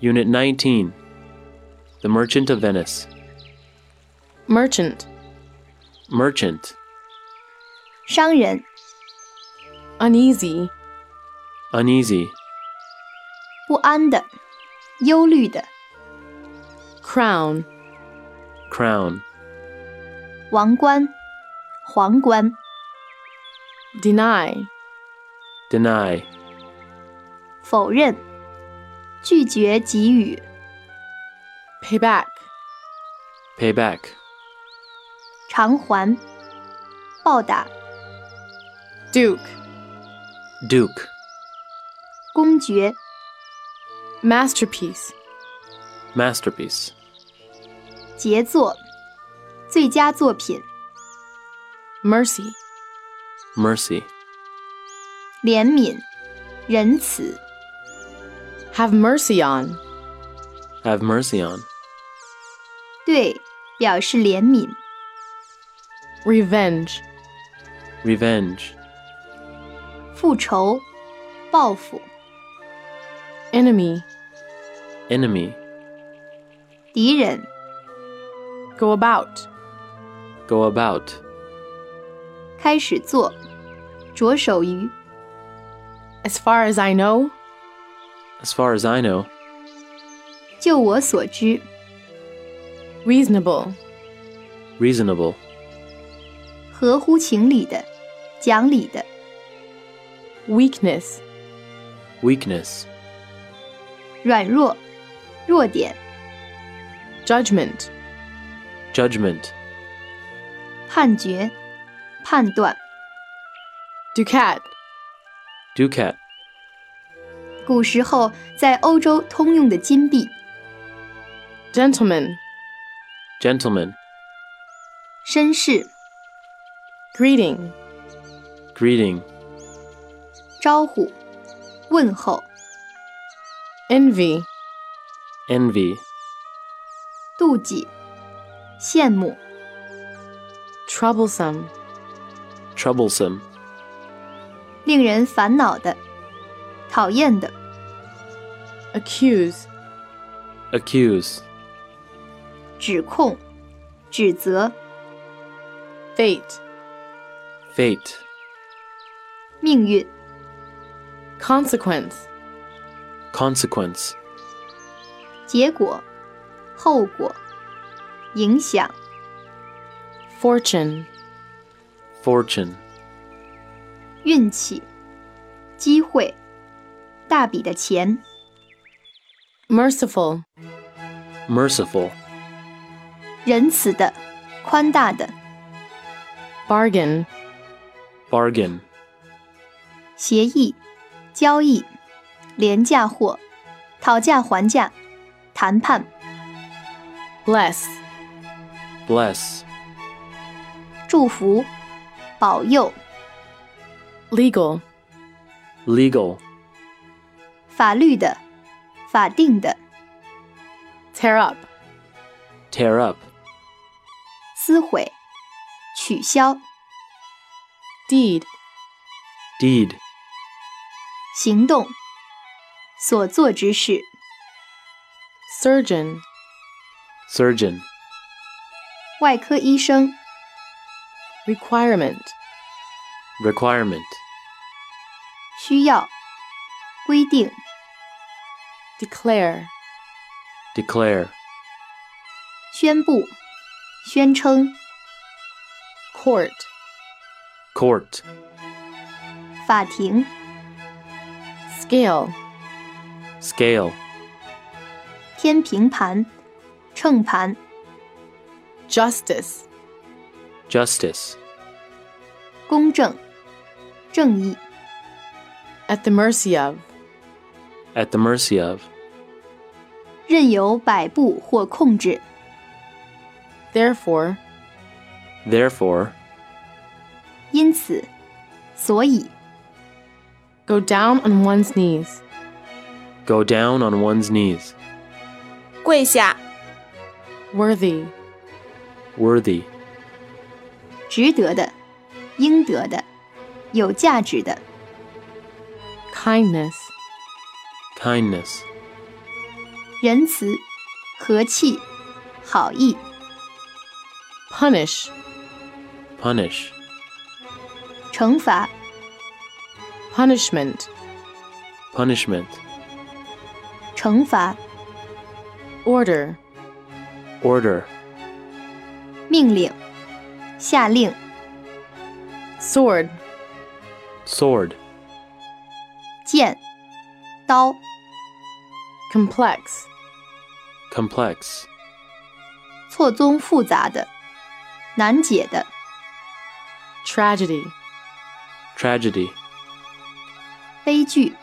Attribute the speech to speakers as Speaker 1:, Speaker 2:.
Speaker 1: Unit 19 The Merchant of Venice.
Speaker 2: merchant,
Speaker 1: Merchant.
Speaker 3: 商人、
Speaker 2: uneasy,
Speaker 1: Uneasy.
Speaker 3: 不安的、忧虑的、
Speaker 2: crown,
Speaker 1: Crown.
Speaker 3: 王冠、皇冠、
Speaker 2: deny,
Speaker 1: Deny.
Speaker 3: 否认、拒绝给予、
Speaker 2: pay back,
Speaker 1: Pay back.
Speaker 3: 偿还、报答、
Speaker 2: duke,
Speaker 1: Duke.
Speaker 3: 公爵、
Speaker 2: masterpiece,
Speaker 1: Masterpiece.
Speaker 3: 杰作、最佳作品、
Speaker 2: mercy,
Speaker 1: Mercy.
Speaker 3: 怜悯、仁慈、
Speaker 2: have mercy on,
Speaker 1: Have mercy on.
Speaker 3: 对，表示怜悯、
Speaker 2: revenge,
Speaker 1: Revenge.
Speaker 3: 复仇、报复、
Speaker 2: enemy,
Speaker 1: Enemy.
Speaker 3: 敌人、
Speaker 2: go about,
Speaker 1: Go about.
Speaker 3: 开始做、着手于、
Speaker 2: as far as I know,
Speaker 1: As far as I know.
Speaker 3: 就我所知、
Speaker 2: reasonable,
Speaker 1: Reasonable.
Speaker 3: 合乎情理的、讲理的、
Speaker 2: weakness,
Speaker 1: Weakness.
Speaker 3: 软弱、弱点、
Speaker 2: judgment,
Speaker 1: Judgment.
Speaker 3: 判决、判断。
Speaker 2: ducat,
Speaker 1: Ducat.
Speaker 3: 古时候在欧洲通用的金币，
Speaker 2: gentleman,
Speaker 1: Gentleman.
Speaker 3: 绅士、
Speaker 2: greeting,
Speaker 1: Greeting.
Speaker 3: 招呼、问候、
Speaker 2: envy,
Speaker 1: Envy.
Speaker 3: 妒忌、羡慕、
Speaker 2: troublesome,
Speaker 1: Troublesome.
Speaker 3: 令人烦恼的、讨厌的、
Speaker 2: accuse,
Speaker 1: Accuse.
Speaker 3: 指控、指责、
Speaker 2: fate,
Speaker 1: Fate.
Speaker 3: 命运、
Speaker 2: consequence,
Speaker 1: Consequence.
Speaker 3: 结果、后果、影响、
Speaker 2: fortune,
Speaker 1: Fortune.
Speaker 3: 运气、机会、大笔的钱、
Speaker 2: merciful,
Speaker 1: Merciful.
Speaker 3: 仁慈的、宽大的、
Speaker 2: bargain,
Speaker 1: Bargain.
Speaker 3: 协议、交易、廉价货、讨价还价、谈判。
Speaker 2: bless,
Speaker 1: Bless.
Speaker 3: 祝福、保佑、
Speaker 2: legal,
Speaker 1: Legal.
Speaker 3: 法律的、法定的、
Speaker 2: tear up,
Speaker 1: Tear up.
Speaker 3: 撕毁、取消、
Speaker 2: deed,
Speaker 1: Deed.
Speaker 3: 行动、所做之事、
Speaker 2: surgeon,
Speaker 1: Surgeon.
Speaker 3: 外科医生、
Speaker 2: requirement,
Speaker 1: Requirement.
Speaker 3: 需要、规定、
Speaker 2: declare,
Speaker 1: Declare.
Speaker 3: 宣布、宣称、
Speaker 2: court,
Speaker 1: Court.
Speaker 3: 法庭、
Speaker 2: scale,
Speaker 1: Scale.
Speaker 3: 天平盘、秤盘、
Speaker 2: justice,
Speaker 1: Justice.
Speaker 3: 公正、正义、
Speaker 2: at the mercy of,
Speaker 1: At the mercy of.
Speaker 3: 任由摆布或控制、
Speaker 2: therefore,
Speaker 1: Therefore.
Speaker 3: 因此、所以、
Speaker 2: go down on one's knees,
Speaker 1: Go down on one's knees.
Speaker 4: 跪下，
Speaker 2: worthy,
Speaker 1: Worthy.
Speaker 3: 值得的、应得的、有价值的。
Speaker 2: kindness,
Speaker 1: Kindness.
Speaker 3: 仁慈、和气、好意。
Speaker 2: punish,
Speaker 1: punish,
Speaker 3: 惩罚、
Speaker 2: punishment,
Speaker 1: punishment,
Speaker 3: 惩罚、
Speaker 2: order,
Speaker 1: order,
Speaker 3: 命令、下令、
Speaker 2: sword,
Speaker 1: sword,
Speaker 3: 剑、刀、
Speaker 2: complex,
Speaker 1: complex,
Speaker 3: 错综复杂的、难解的、
Speaker 2: tragedy,
Speaker 1: tragedy,
Speaker 3: 悲剧、